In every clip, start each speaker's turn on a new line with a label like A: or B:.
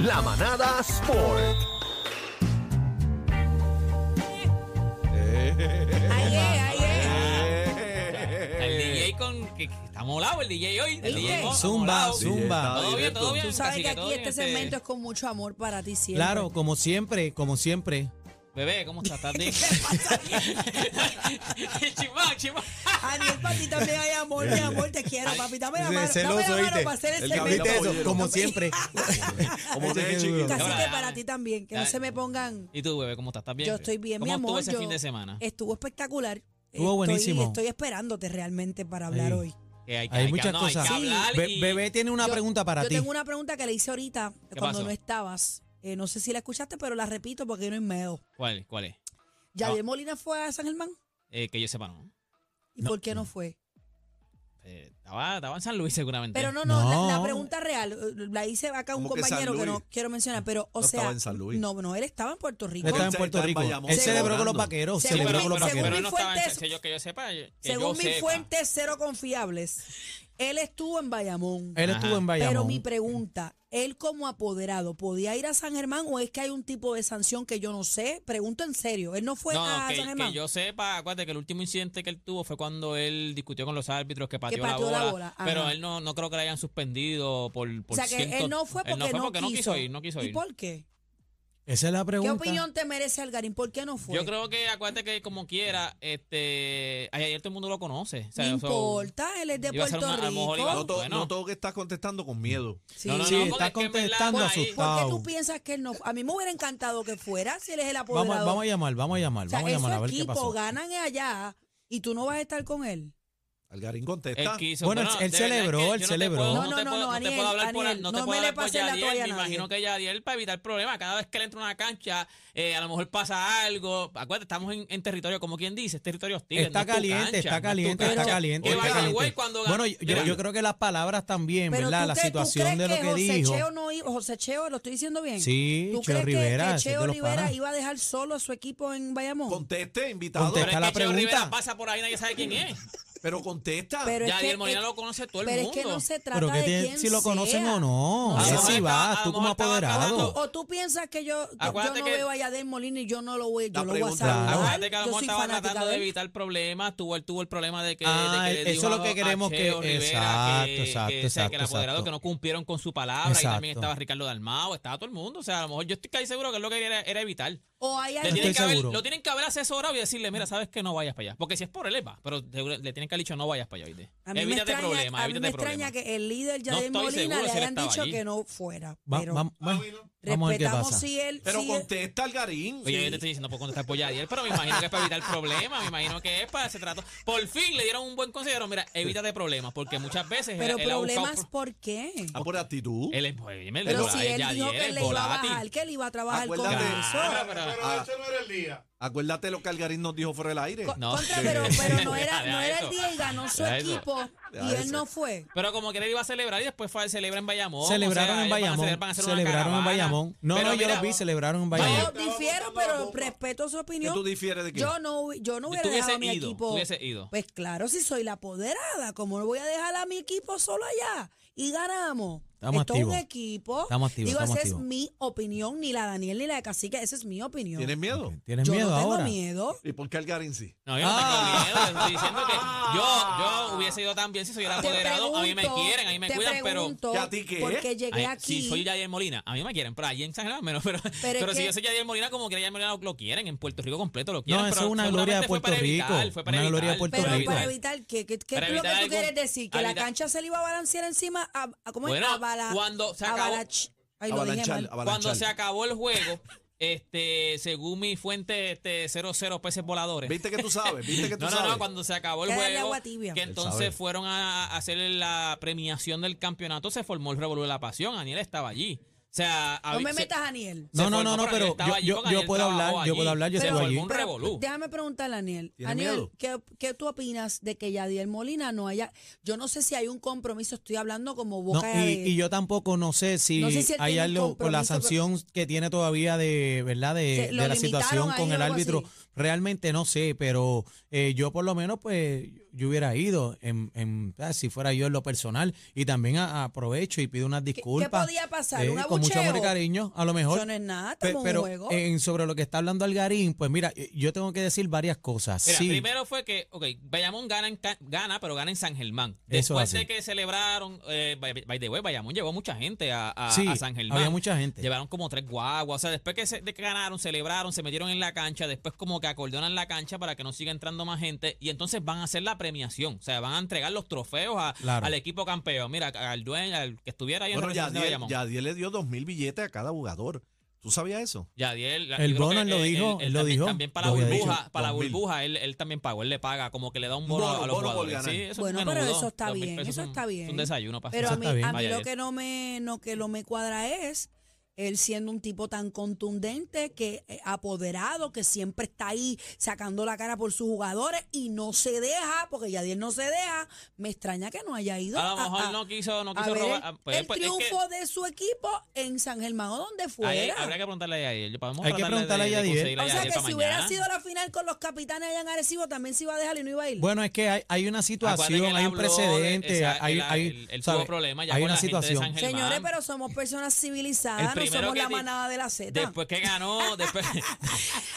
A: La manada Sport.
B: Ahí es, ahí es. Eh,
C: El DJ con. Que, que está molado el DJ hoy. El DJ mo-
D: Zumba,
C: molado.
D: zumba.
C: Todo bien, todo bien.
B: Tú sabes
C: cacique,
B: que
C: todo
B: aquí
C: bien,
B: este segmento es con mucho amor para ti siempre.
D: Claro, como siempre, como siempre.
C: Bebé, ¿cómo estás? ¿Estás bien? Chimán, chimán.
B: A mí para ti también hay amor, mi amor, te quiero, papi. Dame la mano, dame la mano para hacer este el
D: ¿Viste
B: segmento.
D: eso? Como siempre.
E: Como
D: Ese
E: te
D: que
E: he
D: es duro.
E: chiquito.
B: Casi que
C: Ahora,
B: para ti también, que no
C: dale.
B: se me pongan...
C: ¿Y tú, bebé, cómo estás? ¿Estás bien?
B: Yo estoy bien, mi
C: ¿Cómo
B: amor.
C: estuvo ese
B: yo- eh,
C: fin de semana?
B: Estuvo espectacular.
D: Estuvo buenísimo.
B: Estoy esperándote realmente para hablar
D: Sí.
B: hoy.
C: Que que-
D: Hay
C: que-
D: muchas
C: no,
D: cosas.
C: Hay que hablar
D: Be-
C: y-
D: Bebé tiene una
B: Yo-
D: pregunta para
B: Yo
D: ti.
B: tengo una pregunta que le hice ahorita cuando
C: pasó?
B: no estabas. Eh, no sé si la escuchaste, pero la repito porque yo no es miedo.
C: ¿Cuál, cuál es?
B: ¿Yadier Molina fue a San Germán?
C: Eh, que yo sepa, no.
B: ¿Y por qué no fue?
C: Eh, estaba, estaba en San Luis seguramente.
B: Pero no, no, la- La,
D: No.
B: pregunta real, eh, la hice acá a un
E: ¿Cómo que
B: compañero
E: San
B: que, no
E: Luis?
B: quiero mencionar, pero, o
E: No
B: sea,
E: estaba en San Luis.
B: no, no, él estaba en Puerto Rico.
D: Él estaba en
E: Está-
D: Puerto
E: está en
D: Rico.
E: Bayamón.
D: Él
B: Según-
D: celebró con los vaqueros.
B: según-
D: Celebró con los
B: según
C: pero
D: vaqueros.
B: mi
C: no estaba en
B: fuente-
C: que yo, que yo sepa. que
B: Según
C: yo
B: mis
C: sepa.
B: fuentes cero confiables, él estuvo en Bayamón.
D: Él estuvo
C: Ajá.
D: en
B: Pero mi
D: Bayamón.
B: pregunta, él como apoderado, ¿podía ir a San Germán o es que hay un tipo de sanción que yo no sé? Pregunto en serio, él no fue
C: No,
B: a
C: no, que,
B: Pues, ah, San
C: que
B: Germán.
C: yo sepa, acuérdate que el último incidente que él tuvo fue cuando él discutió con los árbitros que pateó,
B: pateó la
C: la bola.
B: bola, ajá.
C: pero él no, no creo que le hayan suspendido por,
B: o
C: por
B: sea que
C: ciento-
B: él no fue porque no,
C: no
B: quiso.
C: ir, no quiso
B: ¿Y
C: ir.
B: por qué?
D: Esa es la
B: ¿Qué
D: pregunta.
B: opinión te merece Algarín? ¿Por qué no fue?
C: Yo creo que acuérdate que como quiera, este, ay, ayer todo el mundo lo conoce. o sea,
B: no
C: so-
B: importa, él es de
C: iba a ser
B: Puerto
C: una- a lo mejor iba a-
E: No,
B: Rico.
E: todo,
C: Bueno.
E: no todo que estás contestando con miedo.
B: Sí.
C: No, no,
D: Sí,
C: no, porque
D: está
C: es que en verdad,
D: contestando
C: por ahí-
B: ¿Por qué
D: asustado.
B: tú piensas que él no? A mí me hubiera encantado que fuera si él es el
D: Vamos,
B: apoderado.
D: vamos a llamar, vamos a llamar,
B: o sea,
D: vamos a llamar a
B: esos
D: ver qué pasó.
B: equipos ganan allá y tú no vas a estar con él.
E: Algarín
C: Él
E: contesta.
C: quiso,
D: Bueno,
C: pero
D: él-
C: no,
D: él
C: de verdad
D: celebró,
C: que yo
D: él
C: no te
D: celebró.
C: puedo-
B: No,
C: te
B: no, no,
C: puedo- te
B: Aniel,
C: puedo hablar por-
B: Aniel,
C: no te
B: no
C: puedo
B: me le
C: hablar por
B: pases la
C: Yadier,
B: toalla a
C: Me
B: nadie.
C: imagino que Yadier para evitar problemas, cada vez que él entra a una cancha, eh, a lo mejor pasa algo. Acuérdate, estamos en, en territorio, como quien dice, es territorio hostil.
D: Está
C: no es tu
D: caliente,
C: cancha, no
D: está
C: es tu
D: caliente,
C: cancha.
D: está caliente,
C: Que
D: está
C: vaya el
D: caliente.
C: güey cuando gana.
D: Bueno, yo, yo- yo creo que las palabras también,
B: Pero
D: ¿verdad?
B: tú
D: La
B: crees- tú
D: situación
B: crees
D: de lo que
B: José
D: dijo.
B: Cheo no iba- José Cheo, lo estoy diciendo bien.
D: Sí,
B: ¿Tú
D: Cheo
B: crees que-
D: Rivera,
B: que,
D: ese es
B: Cheo
D: de los
B: Rivera
D: panas.
B: iba a dejar solo a su equipo en Bayamón?
E: Conteste, invitado.
C: Pero
D: Contesta.
C: es
D: la
C: que Cheo
D: pregunta.
C: Rivera pasa por ahí, nadie sabe quién es.
E: Pero contesta.
B: Pero es
C: Yadier
B: que-
C: Molina
B: es-
C: lo conoce todo el
B: pero
C: mundo.
B: es que no se trata
D: Pero que
B: de
D: tiene-
B: quién
D: si lo conocen
B: sea. Ah,
D: o no.
C: A lo
D: Ese
C: mejor
D: sí
C: estaba- a
D: vas,
C: lo
D: tú como
C: mejor estaba
D: apoderado.
C: trabajando.
B: O tú piensas que yo, yo no
C: Acuérdate que-
B: veo a Yadier Molina y yo no lo voy, yo
E: La
B: lo voy a
E: pregunta-
D: Ah,
B: saludar.
C: Acuérdate que a lo
B: yo
C: mejor
B: soy
C: estaba
B: fanática
C: tratando de
B: él.
C: evitar problemas, tuvo, él tuvo el problema de que,
D: Ah,
C: de que le
D: eso
C: dijo
D: es lo que
C: a- a
D: queremos que-
C: Cheo Rivera
D: exacto,
C: que-
D: exacto,
C: que, o sea, que el
D: exacto,
C: apoderado
D: exacto.
C: que no cumplieron con su palabra y también
D: Exacto.
C: estaba Ricardo Dalmao, estaba todo el mundo, o sea, a lo mejor yo estoy casi seguro que él lo que quería era, era evitar. Le
B: O hay
D: estoy
B: alguien
C: tienen que haber-
D: seguro.
C: lo tienen que haber asesorado y decirle, mira, sabes que no vayas para allá, porque si es por él, él va, pero seguro- le tienen que haber dicho no vayas para allá, ¿oíste?
B: A mí
C: evítate
B: me extraña,
C: problemas,
B: a mí
C: evítate
B: me
C: problemas.
B: extraña que el líder Yadier
C: No estoy
B: Molina
C: seguro
B: le
C: si él
B: hayan
C: estaba
B: dicho
C: allí.
B: que no fuera.
D: Va-
B: pero
D: va- va- vamos a ver qué
B: respetamos
D: pasa.
B: si él.
E: Pero
B: si él-
E: contesta, Algarín.
C: Oye,
E: Sí.
C: yo te estoy diciendo, puedo contestar por Yadier, pero me imagino que es para evitar problemas, me imagino que es para ese trato. Por fin le dieron un buen consejero, mira, evítate problemas, porque muchas veces él-
B: pero
C: él ha buscado
B: problemas, ¿por qué?
E: Ah, por actitud.
C: Él es, pues, dime,
B: Pero
C: vola-
B: si él
C: Yadier
B: dijo que
C: es
B: le iba a
C: volátil.
B: bajar, que él iba a trabajar con
E: Acuérdate-
B: eso.
C: Claro, pero-
E: Ah, Acuérdate lo que Algarín nos dijo fuera del aire.
B: Co-
C: No.
B: contra, pero, pero no era,
C: Deja
B: no era
C: eso.
B: el día y ganó su
C: Deja eso.
B: equipo y
E: Deja
B: él
E: eso.
B: no fue.
C: pero como que él iba a celebrar y después fue a celebrar en Bayamón.
D: Celebraron
C: o sea,
D: en
C: ellos van a
D: Bayamón.
C: celebrar, van a hacer una
D: Celebraron en
C: caravana.
D: Bayamón. No,
C: Pero
D: no, yo
C: mira,
D: los vi, celebraron en
B: Yo
D: Bayamón.
B: difiero, pero respeto su
E: ¿Qué
B: opinión.
E: tú difieres de qué?
B: Yo no, yo no
C: Yo
B: hubiera dejado a
C: tuviese
B: mi
C: ido,
B: equipo.
C: tuviese ido.
B: Pues claro, si soy la apoderada, ¿cómo no voy a dejar a mi equipo solo allá? Y ganamos.
D: Estamos
B: Esto es un
D: activos.
B: equipo.
D: Estamos activos,
B: Digo,
D: estamos
B: esa es
D: activos.
B: mi opinión, ni la Daniel ni la de Cacique, esa es mi opinión.
E: ¿Tienes miedo?
D: ¿Tienes
B: yo
D: miedo
B: no tengo
D: ahora?
B: miedo.
E: ¿Y por qué Algarín sí?
C: No, yo no
D: Ah.
C: tengo miedo. te Estoy diciendo que yo, yo hubiese ido tan bien si soy el
B: Te
C: apoderado. a mí me
B: pregunto,
C: quieren, a mí me
B: te
C: cuidan, pero.
B: pregunto,
E: ¿Y a ti qué?
B: Porque llegué
C: ay,
B: aquí.
C: Si soy Yadier Molina, a mí me quieren, pero allí en San Germán menos. Pero,
B: es
C: pero, si
B: que-
C: yo soy Yadier Molina, como que Yadier Molina lo, lo quieren, en Puerto Rico completo lo quieren.
D: No, eso
C: pero
D: es una gloria de
C: seguramente fue
D: Puerto
C: para
D: Rico,
C: evitar, fue para
D: una gloria de
C: evitar,
D: Puerto
C: fue
B: Pero
C: para
D: Rico.
B: para
C: evitar.
B: evitar, ¿qué, qué, qué
C: Para
B: es lo que tú
C: evitar algún-
B: quieres decir? ¿Que
C: para
B: la
C: evitar-
B: cancha se le iba a balancear encima a, a- ¿cómo es?
C: Bueno,
B: a bala-
C: cuando se acabó-
B: abalach- Ay, lo dije
E: Avalanchar,
B: mal.
E: avalanchar.
C: Cuando se acabó el juego, este, según mi fuente, este, 0-0 peces voladores.
E: ¿Viste que tú sabes? ¿Viste que tú
C: No, no,
E: sabes?
C: no, cuando se acabó el
B: Quédale
C: juego,
B: agua tibia.
C: que
E: Él
C: entonces
E: sabe.
C: fueron a hacer la premiación del campeonato, se formó el revolú de la pasión, Aniel estaba allí. O sea,
B: No
C: habí-
B: me
C: se-
B: metas, Aniel.
D: No,
C: se
D: no,
C: formó,
D: no, no,
C: Aniel
D: pero
C: estaba
D: yo-
C: allí
D: yo-
C: porque
D: yo
C: Aniel
D: puedo
C: trabajó
D: hablar, yo puedo hablar, yo
C: Se
D: estuve
C: formó
D: allí.
C: un revolú.
B: Déjame preguntarle a Aniel.
E: ¿Tiene
B: Aniel,
E: miedo?
B: ¿qué, ¿qué tú opinas de que Yadiel Molina no haya... Yo no sé si hay un compromiso, estoy hablando como
D: No,
B: boca
D: y,
B: de...
D: y yo tampoco no sé si,
B: No sé si él
D: hay
B: tiene un
D: algo con la
B: compromiso,
D: sanción que tiene todavía de verdad
B: Se-
D: de,
B: lo
D: de la
B: limitaron
D: situación
B: ahí
D: con
B: o
D: el
B: algo
D: árbitro
B: así.
D: realmente no sé, pero eh, yo por lo menos pues yo hubiera ido, en, en- ah, si fuera yo en lo personal, y también a- aprovecho y pido unas
B: qué
D: disculpas. eh,
B: podía pasar? ¿Un
D: Con mucho amor y
B: abucheo?
D: cariño, a lo mejor.
B: Eso no es nada,
D: Pe-
B: estamos en
D: pero
B: un juego.
D: en- sobre lo que está hablando Algarín, pues mira, eh, yo tengo que decir varias cosas.
C: Mira,
D: sí,
C: primero fue que, ok, Bayamón gana, en Ca- gana, pero gana en San Germán.
D: Eso
C: Después
D: así.
C: de que celebraron, eh, by, by the way, Bayamón llevó mucha gente a, a-
D: sí,
C: a San Germán.
D: había mucha gente.
C: Llevaron como tres guaguas. O sea, después que, se- de que ganaron, celebraron, se metieron en la cancha. Después, como que acordeonan la cancha para que no siga entrando más gente. Y entonces van a hacer la premiación. O sea, van a entregar los trofeos a-
D: Claro.
C: al equipo campeón. Mira, al dueño, al que estuviera ahí
E: Bueno,
C: en representación de
E: Yadiel,
C: Bayamón.
E: Yadiel le dio dos mil billetes a cada jugador. ¿Tú sabías eso?
C: Yadiel, la-
D: El
C: yo creo
D: Bono,
C: que
D: él lo dijo, él lo
C: también,
D: dijo,
C: También para la
D: lo había
C: burbuja,
E: dicho,
C: para la
E: 2000.
C: burbuja, él, él también pagó, él le paga, como que le da un bono,
E: Bono,
C: a
E: bono
C: los
E: por
C: jugadores.
E: ganar.
C: Sí, eso es
B: Bueno,
C: un
B: pero
C: menudo,
B: eso está
C: 2000
B: bien,
C: pesos
B: eso
C: es un-
B: está
C: es
B: bien.
C: un desayuno para
B: Pero
D: Eso
B: a
C: hacer.
B: mí,
D: está bien.
B: a mí
C: Vaya,
B: lo
C: Ed.
B: que no me, no, que no me cuadra es él siendo un tipo tan contundente, que eh, apoderado, que siempre está ahí sacando la cara por sus jugadores y no se deja, porque Yadiel no se deja. Me extraña que no haya ido
C: A lo mejor
B: a-
C: no quiso, no
B: a
C: quiso
B: ver
C: robar.
B: el-
C: ah, pues,
B: el
C: pues, es que-
B: triunfo de su equipo en San Germán o donde fuera.
C: Ahí habría que preguntarle a Yadiel. Podemos
D: Hay que
C: tratarle de-
D: preguntarle a
C: de
D: Yadiel.
C: conseguirle a
B: o sea
C: Yadiel
B: que si
C: para
B: hubiera
C: mañana.
B: sido la final con los capitanes allá en Arecibo, también se iba a dejar y no iba a ir.
D: Bueno, es que hay, hay
C: Acuérdate
D: una
C: que
D: situación,
C: él
D: hay un
C: habló de-
D: precedente,
C: esa-
D: hay,
C: él-
D: hay,
C: él- él tuvo
D: ¿sabe?
C: problemas ya
D: hay
C: con
D: una
C: la gente de
D: situación.
C: San Germán.
B: Señores,
C: Germán.
B: pero somos personas
C: El
B: civilizadas, no
C: primero
B: somos
C: que
B: la
C: di-
B: manada de la Z.
C: Después que ganó, después,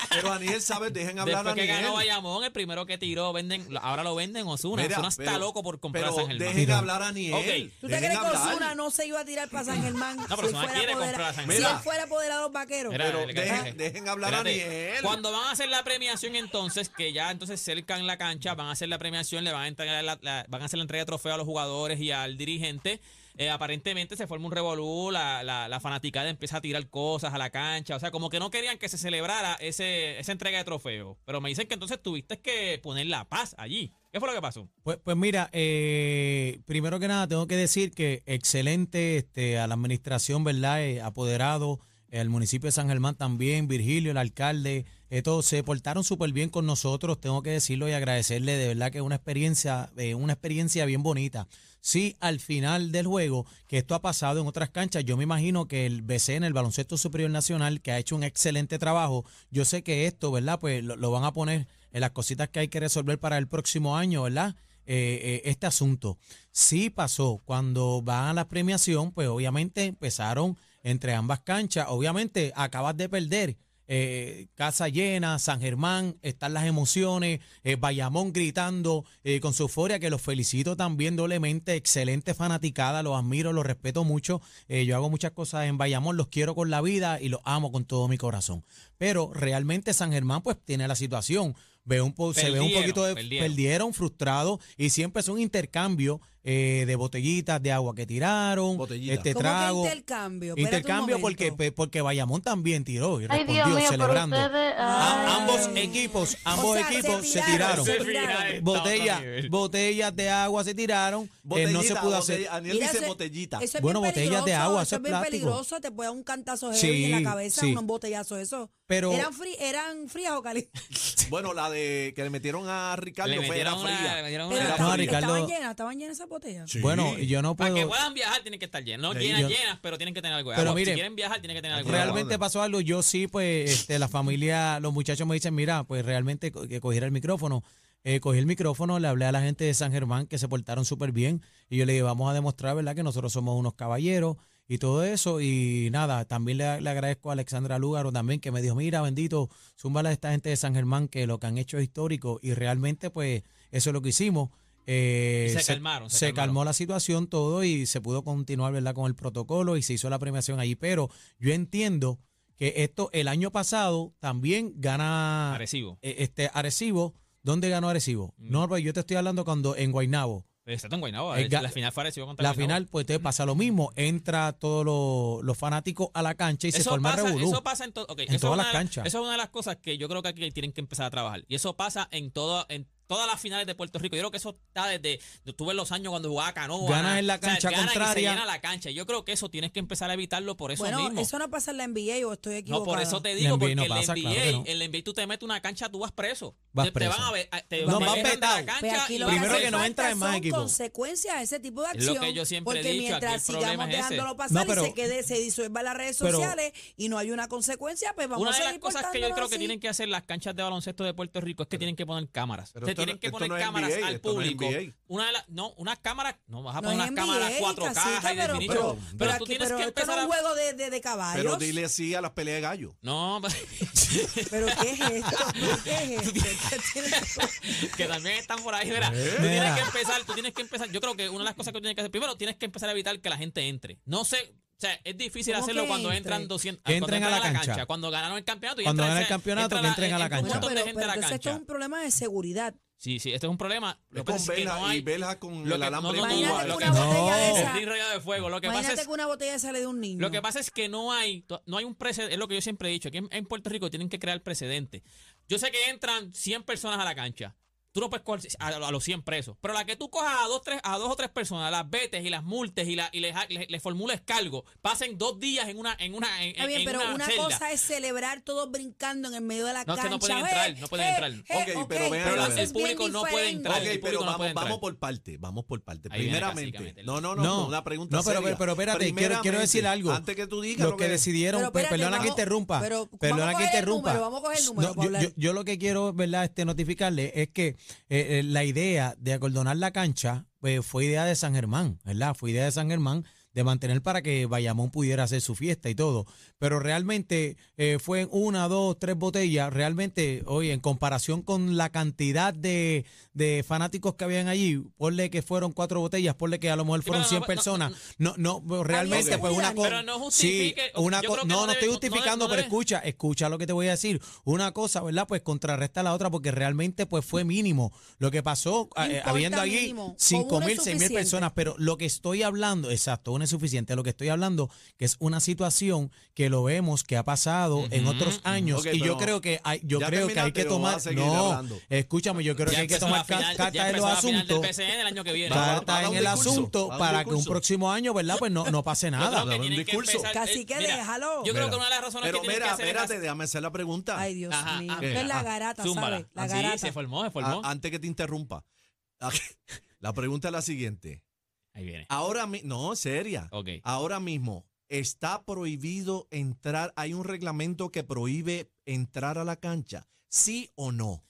E: Pero Aniel, ¿sabes? Dejen hablar
C: después
E: a
C: que
E: Aniel.
C: ganó Bayamón, el primero que tiró, venden, ahora lo venden Osuna.
E: Mira,
C: Osuna está
E: pero-
C: loco por comprar
E: pero
C: a San Germán.
E: Dejen
D: Mira.
E: hablar a Aniel.
C: Ok.
B: ¿Tú te
E: Dejen
B: crees que
E: hablar.
B: Osuna no se iba a tirar para San Germán
C: pero
B: si,
C: Osuna
B: fuera
C: quiere comprar a
B: apodera-
C: San
B: si
E: Germán.
B: él fuera apoderado de los vaqueros?
C: Mira,
E: Pero
C: le cae-
E: dejen- dejen hablar a Aniel.
C: Cuando van a hacer la premiación entonces, que ya entonces cercan la cancha, van a hacer la premiación, le van a entregar la, la- van a hacer la entrega de trofeo a los jugadores y al dirigente. eh, aparentemente se forma un revolú, la, la, la fanaticada empieza a tirar cosas a la cancha. O sea, como que no querían que se celebrara ese, esa entrega de trofeo. Pero me dicen que entonces tuviste que poner la paz allí. ¿Qué fue lo que pasó?
D: Pues, pues mira, eh, primero que nada tengo que decir que excelente este, a la administración, ¿verdad? Eh, apoderado, el municipio de San Germán también, Virgilio, el alcalde, eh, todos se portaron súper bien con nosotros, tengo que decirlo y agradecerle, de verdad que es una experiencia, eh, una experiencia bien bonita. Sí, al final del juego, que esto ha pasado en otras canchas, yo me imagino que el BCN, el Baloncesto Superior Nacional, que ha hecho un excelente trabajo, yo sé que esto, ¿verdad? Pues lo- lo van a poner en las cositas que hay que resolver para el próximo año, ¿verdad? eh, eh, este asunto. Sí pasó, cuando van a la premiación, pues obviamente empezaron entre ambas canchas, obviamente acabas de perder. eh, casa llena, San Germán, están las emociones, eh, Bayamón gritando eh, con su euforia, que los felicito también doblemente, excelente fanaticada, los admiro, los respeto mucho, eh, yo hago muchas cosas en Bayamón, los quiero con la vida y los amo con todo mi corazón. Pero realmente San Germán pues tiene la situación, ve un, po- se ve un
C: Perdieron,
D: poquito de
C: perdieron.
D: perdi- dieron frustrados y siempre es un intercambio eh, de botellitas de agua que tiraron,
E: Botellitas.
D: este
B: ¿Cómo
D: trago.
B: que intercambio? Espérate un
D: Intercambio porque,
B: momento.
D: pe- porque Bayamón también tiró y
F: Ay,
D: respondió
F: Dios mío, pero
D: celebrando.
F: ustedes.
D: A-
F: ay.
D: ambos equipos,
B: O
D: ambos
B: sea,
D: equipos se
B: tiraron,
D: tiraron.
B: se
C: Se tiraron.
B: tiraron.
D: Botellas,
C: Tanto nivel.
D: botellas de agua se tiraron, eh,
E: Botellita,
D: no se pudo hacer.
E: botella- Aniel
B: Mira,
E: dice
B: eso-
E: botellita.
B: Eso es
D: Bueno,
B: bien
D: botellas de
B: peligroso,
D: agua,
B: eso
D: eso
B: es
D: es
B: bien
D: plástico.
B: peligroso, te puede dar un cantazo heavy en la
D: Sí,
B: cabeza,
D: sí.
B: unos botellazos eso.
D: Pero-
B: ¿Eran, fri- eran frías o calientes?
E: Bueno, la de que le metieron a Ricardo
C: Le
E: fue era
C: metieron una-
E: fría.
C: le metieron
B: Pero
C: una-
E: Era
D: No,
B: estaban,
E: fría.
D: Ricardo.
B: estaban llenas, estaban llenas esas botellas.
E: Sí.
D: Bueno, yo no
C: Para que
D: puedo.
C: puedan viajar tienen que estar llenos. No
E: Sí.
C: llenas,
D: Yo-
C: llenas, pero tienen que tener algo de
D: Pero
C: agua.
D: mire,
C: si quieren viajar tienen que tener algo de agua.
D: Realmente pasó algo. Yo sí, pues, este, la familia, los muchachos me dicen, mira, pues realmente co- que cogiera el micrófono. Eh, cogí el micrófono, le hablé a la gente de San Germán que se portaron súper bien y yo le dije, vamos a demostrar, ¿verdad?, que nosotros somos unos caballeros y todo eso. Y nada, también le, le agradezco a Alexandra Lúgaro también que me dijo, mira, bendito, zúmbala a esta gente de San Germán que lo que han hecho es histórico y realmente, pues, eso es lo que hicimos. Eh,
C: Y se calmaron, se
D: se
C: calmaron.
D: calmó la situación todo y se pudo continuar ¿verdad? con el protocolo y se hizo la premiación allí. Pero yo entiendo que esto el año pasado también gana
C: Agresivo.
D: eh, este Arecibo. ¿Dónde ganó Arecibo?
C: Mm.
D: No, pero yo te estoy hablando cuando en Guaynabo.
C: Exacto, en Pues, Guaynabo.
D: El ga-
C: La final fue Arecibo contra
D: La
C: Guaynabo.
D: final, pues te pasa lo mismo. Entra todos los- los fanáticos a la cancha y se
C: eso
D: forma el
C: pasa,
D: revolú.
C: eso pasa en, to- ok,
D: En
C: eso es
D: todas
C: una
D: las
C: de la-
D: canchas.
C: Eso es una de las cosas que yo creo que aquí tienen que empezar a trabajar. Y eso pasa en todo, en todas las finales de Puerto Rico. Yo creo que eso está desde, yo tuve los años cuando jugaba Canoa.
D: Ganas en la
C: O sea,
D: cancha
C: ganas y se
D: contraria.
C: llena la cancha. Yo creo que eso tienes que empezar a evitarlo por eso
B: bueno,
C: mismo.
B: eso no pasa en la NBA o estoy
C: No,
B: equivocado.
C: por eso te
D: En
C: digo,
D: NBA
C: porque
D: no
C: en la
D: pasa,
C: NBA,
D: claro que no.
C: en la NBA tú te metes una cancha, tú vas preso.
D: Vas
C: te, te van
D: preso.
C: a ver, te
D: No,
C: van
D: vas
C: a meter de
D: vetado.
C: la
B: Pe-
C: cancha.
B: Pues aquí
C: y
B: lo
C: vas
D: Primero
B: hace
D: que no
C: preso.
B: falta
D: entra en más
B: son
D: equipo.
B: consecuencias a ese tipo de
C: Es lo
B: acción.
C: que yo siempre
B: porque
C: he dicho, aquí
B: mientras
C: el problema
B: sigamos
C: es ese.
B: dejándolo pasar
D: No, pero-
B: y se, quede, se disuelva las redes
D: pero-
B: sociales y no hay una consecuencia, pues vamos
C: Una
B: a
C: de las
B: seguir
C: cosas que yo creo
B: portándonos
C: que
B: así.
C: tienen que hacer las canchas de baloncesto de Puerto Rico es que tienen que poner cámaras.
E: pero
C: Se
E: esto no-
C: tienen que
E: esto
C: poner
E: no es
C: cámaras
E: NBA,
C: al
E: esto no es
C: público.
E: NBA.
C: una de las, no, unas cámaras, no vas a
B: No
C: poner
B: es
C: unas cámaras
B: NBA,
C: 4K
B: casita,
C: y
B: pero,
C: definition.
B: pero,
C: Pero,
B: pero
C: tú
B: aquí-
C: tienes
B: pero esto
C: que
B: no
C: empezar
B: es
C: a...
B: un juego de, de, de caballos.
E: Pero dile sí a las peleas de gallo.
C: No,
B: ¿Pero qué es esto? ¿Qué es esto? ¿Qué tiene-
C: que también están por ahí, mira. Tú tienes
D: Mira.
C: que empezar, tú tienes que empezar. Yo creo que una de las cosas que tú tienes que hacer, primero tienes que empezar a evitar que la gente entre. No sé, o sea, es difícil
B: ¿Cómo
C: hacerlo
B: que
C: cuando
B: entre?
C: entran 200,
D: Que
C: cuando
D: entren a la cancha.
C: Cuando ganaron el campeonato y
D: Cuando
C: entra
D: gana el
C: esa-
D: campeonato,
C: entra
D: que entren a la
C: un
D: cancha.
C: montón
B: Bueno,
C: de
B: pero,
C: gente
B: pero
C: a la
B: entonces esto es
C: cancha.
B: un problema de seguridad.
C: Sí, sí, este es un problema. Lo
E: Es
C: que
E: con
C: pasa es que
E: Belja
C: no hay
E: y Belja con
C: lo
E: el
C: que-
E: alambre.
C: no, no,
E: tubo,
B: Imagínate
E: lo
B: que
E: que-
B: una botella
D: No.
B: de
C: El
B: esa.
C: ring rollado de fuego. Lo que pasa
B: Imagínate
C: es
B: que una botella sale de un niño.
C: lo que pasa es que no hay, to- no hay un precedente, es lo que yo siempre he dicho, aquí en, en Puerto Rico tienen que crear precedente. Yo sé que entran 100 personas a la cancha. Tú no puedes coger a, a los 100 presos. Pero la que tú cojas a dos, tres, a dos o tres personas, las vetes y las multes y, la, y les, les- les formules cargo, pasen dos días en una en una en,
B: Está bien,
C: en
B: pero una,
C: celda.
B: cosa es celebrar todos brincando en el medio de la
C: No, es
B: cancha.
C: que no pueden
B: Eh,
C: entrar, no pueden
B: eh,
C: entrar.
B: eh,
E: Ok, pero vean,
C: Pero la-
B: eso
C: el
B: es bien
C: público no puede
B: diferente.
C: entrar.
E: Ok,
C: el público
E: pero
C: no
E: vamos,
C: puede entrar.
E: vamos por parte, vamos por parte.
C: Ahí viene casi,
E: Primeramente,
C: Camila.
E: no, no, no, una pregunta
D: no, pero,
E: seria.
D: pero espérate, quiero, quiero decir
E: Primeramente,
D: algo.
E: Antes que tú digas
D: Los que, decidieron,
B: Pero
D: pe-
B: espérate,
D: perdona que
B: vamos-
D: interrumpa.
B: pero vamos
D: perdona
B: a
D: que
B: coger el
D: interrumpa.
B: número, vamos a coger el número para
D: yo,
B: hablar.
D: yo- yo lo que quiero, ¿verdad? Este, notificarle es que eh, eh, la idea de acordonar la cancha pues, fue idea de San Germán, ¿verdad? Fue idea de San Germán de mantener para que Bayamón pudiera hacer su fiesta y todo. Pero realmente eh, fue en una, dos, tres botellas. Realmente, oye, en comparación con la cantidad de, de fanáticos que habían allí, ponle que fueron cuatro botellas, ponle que a lo mejor
C: pero
D: fueron
C: no, pues,
D: 100
C: no, no,
D: personas. No, no, realmente
B: Había
D: fue una
B: seguridad.
D: cosa.
C: Pero no justifique,
D: Sí, una
C: yo
D: co-
C: creo que
D: no,
C: no
D: no,
C: debe-
D: estoy
C: no- no
D: justificando,
C: debe-
D: pero escucha, escucha lo que te voy a decir. Una cosa, ¿verdad? Pues contrarresta la otra porque realmente pues fue mínimo lo que pasó
B: No
D: eh,
B: importa
D: habiendo allí
B: mínimo, con
D: cinco
B: uno es
D: mil, seis mil
B: suficiente.
D: personas, pero lo que estoy hablando, exacto, uno es suficiente, lo que estoy hablando que es una situación que lo vemos que ha pasado en otros años
E: Ok,
D: y
E: pero
D: yo creo que hay, yo
E: ya
D: creo que hay
E: terminaste
D: que
E: o vas a
D: tomar
E: seguir
D: no,
E: hablando.
D: escúchame, yo creo que hay que
C: empezó
D: tomar
C: la final-
D: ca-
C: ya
D: cartas en
C: empezó
D: los
C: la final del
D: asuntos.
C: PCN el año que viene.
E: Va-
D: Cartas
E: va a
D: en
E: un
D: el
E: discurso,
D: asunto
E: va a un
D: para que un
E: discurso.
D: próximo año, ¿verdad? Pues no, no pase
C: Yo creo
D: nada.
C: que
E: un
C: tienen que
E: discurso.
C: empezar- eh,
B: Casi que
C: mira,
B: déjalo.
C: Yo creo que una de las razones
E: Pero
C: que tienen
E: mira,
C: que hacer es
E: espérate, déjame hacer la pregunta.
B: Ay, Dios
C: Ajá,
B: mío.
C: ajá,
B: Esto es la
E: ajá.
B: garata,
C: Zúmbala.
B: ¿sabes? La
C: Ah, sí,
B: garata.
C: se formó, se
E: A-
C: formó.
E: antes que te interrumpa. La pregunta es la siguiente.
C: Ahí viene.
E: Ahora mi- no, seria.
C: Ok.
E: Ahora mismo está prohibido entrar, hay un reglamento que prohíbe entrar a la cancha, ¿sí o no?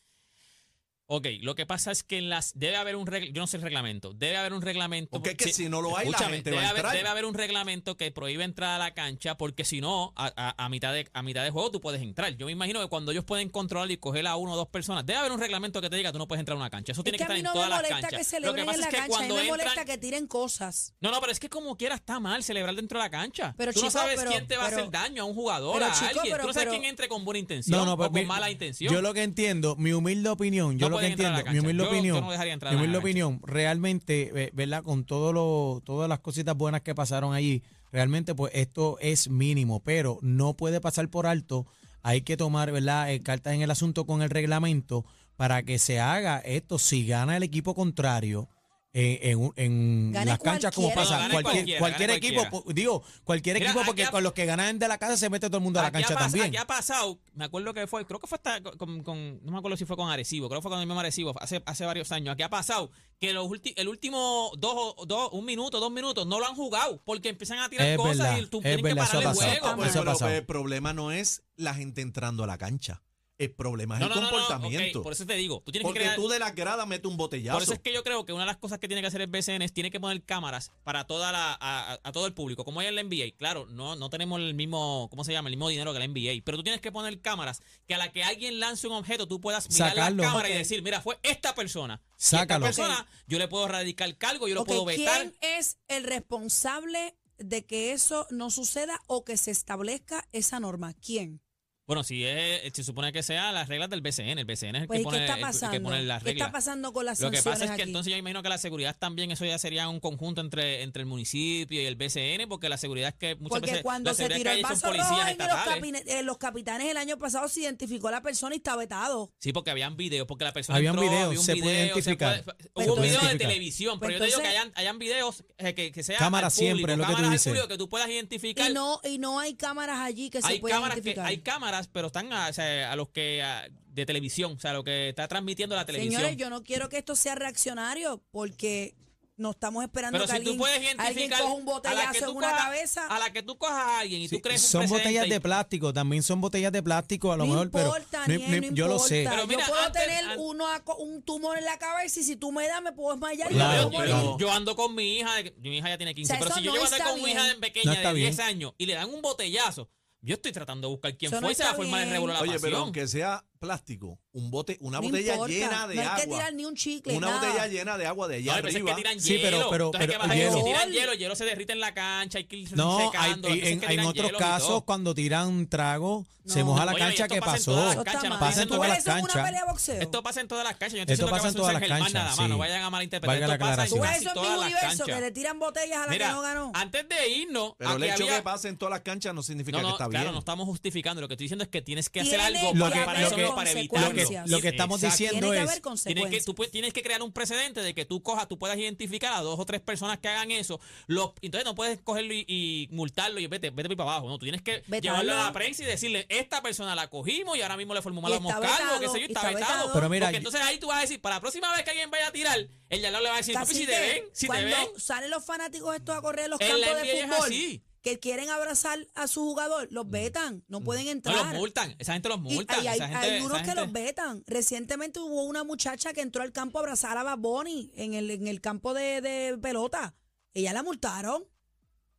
C: Ok, lo que pasa es que en las debe haber un reglamento, yo no sé el reglamento, debe haber un reglamento.
E: Porque es que
C: sí,
E: si no lo hay, la
C: escúchame,
E: gente va
C: debe,
E: a
C: haber,
E: entrar.
C: debe haber un reglamento que prohíbe entrar a la cancha porque si no, a, a- a mitad de, a mitad de juego tú puedes entrar. Yo me imagino que cuando ellos pueden controlar y coger a uno o dos personas, debe haber un reglamento que te diga tú no puedes entrar a una cancha. Eso
B: Es
C: tiene
B: que
C: que
B: a
C: estar
B: mí
C: en
B: no me
C: todas las
B: molesta que
C: canchas. Lo que
B: celebren
C: pasa
B: en
C: es
B: la
C: que
B: cancha. A mí
C: cuando
B: me
C: entran...
B: molesta que tiren cosas.
C: No, no, pero es que como quiera está mal celebrar dentro de la cancha.
B: Pero,
C: tú no
B: chico,
C: sabes
B: pero-
C: quién te va
B: pero-
C: a hacer daño a un jugador,
B: pero,
C: a
B: chico,
C: alguien.
B: pero-
C: tú no sabes
B: pero-
C: quién entre con buena intención
D: pues,
C: o con
D: mi-
C: mala intención.
D: Yo lo que entiendo, mi humilde opinión, yo
C: No
D: lo que
C: pueden entrar a la
D: entiendo, mi
C: cancha.
D: humilde
C: Yo- yo
D: opinión,
C: no dejaría entrar a
D: mi
C: la
D: humilde
C: cancha.
D: opinión, realmente, ve- ¿verdad? Con todo lo, todas las cositas buenas que pasaron allí, realmente pues esto es mínimo, pero no puede pasar por alto, hay que tomar, ¿verdad? Eh, cartas en el asunto con el reglamento para que se haga esto, si gana el equipo contrario. eh, En, un- en
B: Gane
D: las canchas como
B: cualquiera.
D: pasa
C: No, gane
D: cualquier,
C: cualquiera,
D: cualquier
C: gane
D: equipo
C: cualquiera.
D: po- digo cualquier
C: Mira,
D: equipo
C: aquí
D: porque
C: ha-
D: con los que ganan de la casa se mete todo el mundo a la
C: Aquí ha
D: cancha
C: pas-
D: también
C: Aquí ha pasado, me acuerdo que fue, creo que fue hasta con, con- no me acuerdo si fue con Arecibo, creo que fue con el mismo Arecibo, hace, hace varios años. Aquí ha pasado que los ulti- el último dos, o- dos, un minuto, dos minutos, no lo han jugado porque empiezan a tirar
D: Es
C: cosas y
D: verdad,
C: tú
D: es
C: tienes que
D: verdad, eso
C: parar el
D: ha pasado.
C: juego. pues.
E: Ah,
D: Eso
E: bueno,
D: ha
E: pero
D: pasado.
E: el problema no es la gente entrando a la cancha, el problema es
C: No,
E: el
C: no, no, no,
E: comportamiento.
C: ok, por eso te digo, tú tienes
E: Porque
C: que crear-
E: tú de la grada metes un botellazo.
C: Por eso es que yo creo que una de las cosas que tiene que hacer el BCN es tiene que poner cámaras para toda la, a, a- a todo el público, como hay en la NBA. Claro, no, no tenemos el mismo, ¿cómo se llama? El mismo dinero que la NBA. Pero tú tienes que poner cámaras que a la que alguien lance un objeto, tú puedas mirar
D: Sacarlo.
C: la cámara
B: Ok.
C: y decir, mira, fue esta persona. Y
D: Sácalo.
C: Esta persona, yo le puedo radicar cargo, yo lo
B: Ok,
C: puedo vetar.
B: ¿Quién es el responsable de que eso no suceda o que se establezca esa norma? ¿Quién?
C: Bueno, si es, se supone que sea las reglas del BCN, el BCN es el,
B: Pues,
C: que,
B: ¿y
C: pone,
B: ¿qué está
C: el- el
B: pasando?
C: que pone las
B: ¿Qué
C: reglas.
B: está pasando con las
C: Lo que
B: sanciones
C: pasa es que
B: aquí?
C: entonces yo imagino que la seguridad también, eso ya sería un conjunto entre, entre el municipio y el BCN, porque la seguridad es que muchas
B: Porque
C: veces
B: cuando
C: la
B: se
C: seguridad
B: tiró el
C: que hay
B: vaso
C: son
B: rojo
C: policías
B: en los,
C: estatales.
B: capine- en los capitanes el año pasado se identificó a la persona y está vetado.
C: Sí, porque habían videos, porque la persona
D: Habían
C: entró,
D: videos,
C: había un
D: se puede
C: video,
D: identificar.
C: puede-
B: Pues
C: hubo un video de
D: entonces-
C: televisión, pero
B: Pues
C: yo te digo que
B: entonces-
C: hayan, hayan videos eh, que, que sea
D: Cámara
C: al público,
D: siempre, lo que tú
C: cámaras al
D: dices.
C: público que tú puedas identificar.
B: Y no, y no hay cámaras allí que se
C: hay
B: puedan
C: cámaras que
B: identificar.
C: hay cámaras, pero están a, o sea, a los que a- de televisión, o sea, lo que está transmitiendo la televisión.
B: Señores, yo no quiero que esto sea reaccionario porque no estamos esperando
C: pero
B: que
C: si
B: alguien,
C: tú puedes
B: alguien
C: identificar
B: coja un
C: a la que
B: botellazo
C: tú
B: en una
C: cojas-
B: cabeza.
C: a la que tú cojas a alguien y
D: Sí,
C: tú crees
D: son botellas de plástico, también son botellas de plástico a lo
B: no
D: mejor,
B: importa,
D: pero
B: Aniel,
D: ni-
B: no,
D: ni- yo lo sé.
B: importa.
C: Pero mira,
B: yo puedo
C: antes-
B: tener
C: an-
B: uno a co- un tumor en la cabeza y si tú me das me puedo desmayar. y
D: Claro,
B: me puedo
D: pero-
B: morir.
C: yo ando con mi hija, de- mi hija ya tiene 15,
B: O sea,
C: pero
B: eso
C: si yo
B: no
C: llego a andar
B: está
C: con mi hija
B: bien.
C: de pequeña
D: No está
C: de 10
D: bien.
C: años y le dan un botellazo, yo estoy tratando de buscar quién
B: Eso no
C: fue, esa es la
B: está
C: forma de
B: bien.
C: regular la
E: Oye, pero
C: pasión.
E: aunque sea plástico, un bote, una
B: No
E: botella
B: importa,
E: llena de
B: no hay
E: agua.
B: que tirar ni un chicle,
E: una
B: nada.
E: botella llena de agua de
C: No,
E: allá
C: hay veces
E: arriba.
C: que tiran
D: Sí,
C: hielo.
D: pero- pero-
C: Entonces, ¿qué
D: pero
C: pasa?
B: hielo.
C: Si tiran hielo, el hielo se derrite en la cancha, hay que ir
D: No, hay- eh,
C: secando. las
D: en,
C: veces que
D: en
C: tiran
D: otros
C: hielo y
D: casos
C: todo.
D: cuando tiran trago se
B: No.
D: moja la
C: Oye,
D: cancha
C: esto
D: que
C: pasa en todas
D: pasó.
C: las canchas,
B: mal.
D: Pasa en
B: ¿Tú
D: todas
B: ves
D: las
B: eso en una
D: canchas.
B: pelea de boxeo?
C: Esto pasa en todas las canchas. Yo no
D: Esto
C: estoy diciendo
D: pasa
C: que
D: en todas
C: San
D: las
C: Germán
D: canchas,
C: nada más. No
D: sí.
C: vayan a malinterpretar.
D: Valga la
C: Esto
B: ¿Tú ves
C: pasa en
B: Pues eso
C: casi
D: aclaración.
B: en mi
C: todas las
B: universo que le
C: canchas.
B: tiran botellas a la que
C: Mira,
B: no ganó?
C: antes de irnos,
E: Pero el
C: aquí
E: hecho
C: había-
E: que pase en todas las canchas no significa
C: No,
E: que
C: no,
E: está
C: claro,
E: bien.
C: no estamos justificando. Lo que estoy diciendo es que tienes que hacer
B: Tiene que
C: algo para,
D: haber
C: para eso, no, para evitarlo.
D: Lo que, lo que estamos
C: Exacto.
B: Tiene
D: diciendo
B: que
D: es
B: haber consecuencias.
C: Tienes que, tú pu- tienes que crear un precedente de que tú cojas, tú puedas identificar a dos o tres personas que hagan eso. Los, entonces no puedes cogerlo y, y multarlo y vete, vete para abajo. No, tú tienes que
B: Vetarlo.
C: llevarlo a la prensa y decirle, esta persona la cogimos y ahora mismo le formó
B: Y
C: mala
B: está
C: moscardo,
B: vetado,
C: qué sé yo, y está,
B: está
C: vetado.
B: vetado.
D: Pero mira,
C: Porque
D: yo-
C: entonces ahí tú vas a decir, para la próxima vez que alguien vaya a tirar, el ya le va a decir, papi, si te
B: Cacique,
C: ven, si te
B: cuando
C: ven.
B: salen los fanáticos estos a correr a los
C: En la
B: campos de
C: NBA es
B: fútbol
C: así.
B: que quieren abrazar a su jugador, los
D: Mm.
B: vetan, no pueden
C: No,
B: entrar.
C: los multan, esa gente los
B: Y
C: multa.
B: hay, hay-
C: esa gente,
B: hay unos
C: esa
B: que
C: gente-
B: los vetan. Recientemente hubo una muchacha que entró al campo a abrazar a Bad Bunny en el, en el campo de, de pelota. Ella la multaron.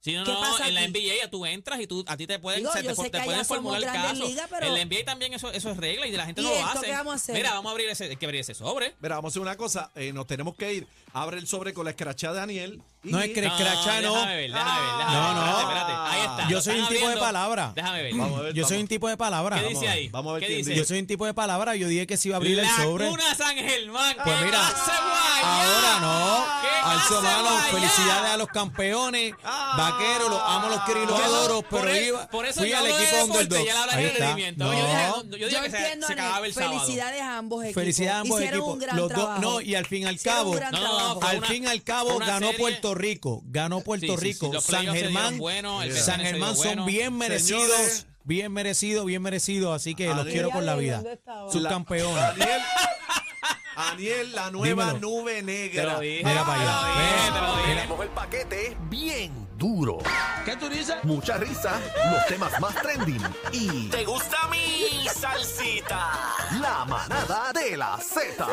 C: Sí, no,
B: ¿Qué
C: no,
B: pasa
C: en la
B: aquí?
C: NBA ya tú entras y tú, a ti te pueden,
B: Digo,
C: se
B: yo
C: te,
B: sé
C: te
B: que allá
C: pueden
B: somos
C: formular el
B: grandes
C: caso.
B: ligas, pero-
C: en la NBA también eso, eso es regla y la gente
B: ¿Y
C: no lo
B: esto
C: hace.
B: qué vamos a hacer?
C: Mira, vamos a abrir ese, hay que abrir ese sobre.
E: Mira, vamos a hacer una cosa, eh, nos tenemos que ir. Abre el sobre con la escrachada de Daniel. y- Ah,
D: No es cre- Escrachá, ah, no.
C: Déjame ver, déjame ver,
B: Ah.
C: déjame
D: No,
C: ver,
D: no.
C: Espérate, espérate. Ahí está.
D: Yo
C: lo
D: soy un
C: están
D: tipo de
C: abriendo.
D: palabra.
C: Déjame ver.
E: Vamos a ver,
D: yo soy
E: vamos.
D: un tipo de palabra.
C: ¿Qué dice
E: a ver,
C: ahí?
E: vamos a ver
C: ¿Qué
E: quién
C: dice?
E: dice.
D: Yo soy un tipo de palabra. Yo dije que se iba a abrir el
C: la
D: sobre.
C: Cuna San Germán.
D: Pues
C: ¿Qué
D: mira,
C: hace
D: Ahora
C: Guayá? ¿Qué
D: no.
C: hace
D: Alzo mano.
C: Guayá?
D: Felicidades a los campeones.
E: Ah.
D: Vaqueros, los amo, los quiero y los
C: Yo no-
D: adoro. Pero
C: por, el-
D: iba,
C: por eso
D: fui
C: yo
D: al
C: hablo de
D: equipo
C: deporte,
D: underdog.
C: ya le hablo de
D: Ahí está.
C: rendimiento. Yo dije,
D: No.
C: no, yo digo que se-
B: entiendo,
C: se
B: Ángel,
C: acababa el sábado.
B: Felicidades a ambos equipos.
D: Felicidades a ambos
B: Hicieron
D: equipos.
B: un gran
D: Los dos-
B: trabajo.
D: no, y al fin y al
B: Hicieron un
D: cabo-
B: gran
C: No, no, no,
B: trabajo.
C: fue
D: Al
C: una-
D: fin y al cabo
C: una
D: ganó
C: serie-
D: Puerto Rico, ganó Puerto
C: Sí, sí, sí,
D: Rico,
C: los
D: San
C: playoffs se dieron
D: Germán,
C: buenos, el
D: San
C: BCN se dio
D: Germán
C: bueno.
D: son bien merecidos,
E: Señores.
D: bien merecidos, bien merecidos, así que los
E: Adiós.
D: quiero por la vida,
B: ¿Dónde estaba?
D: subcampeones.
E: Daniel, Daniel, la nueva
D: Dímelo.
E: nube negra.
C: Te lo dije,
D: Mira para allá,
C: te lo dije,
D: mira,
C: te lo dije.
A: Tenemos el paquete bien duro. ¿Qué tú dices? Mucha risa, los temas más trending y... ¿Te gusta mi salsita? La manada de la Z.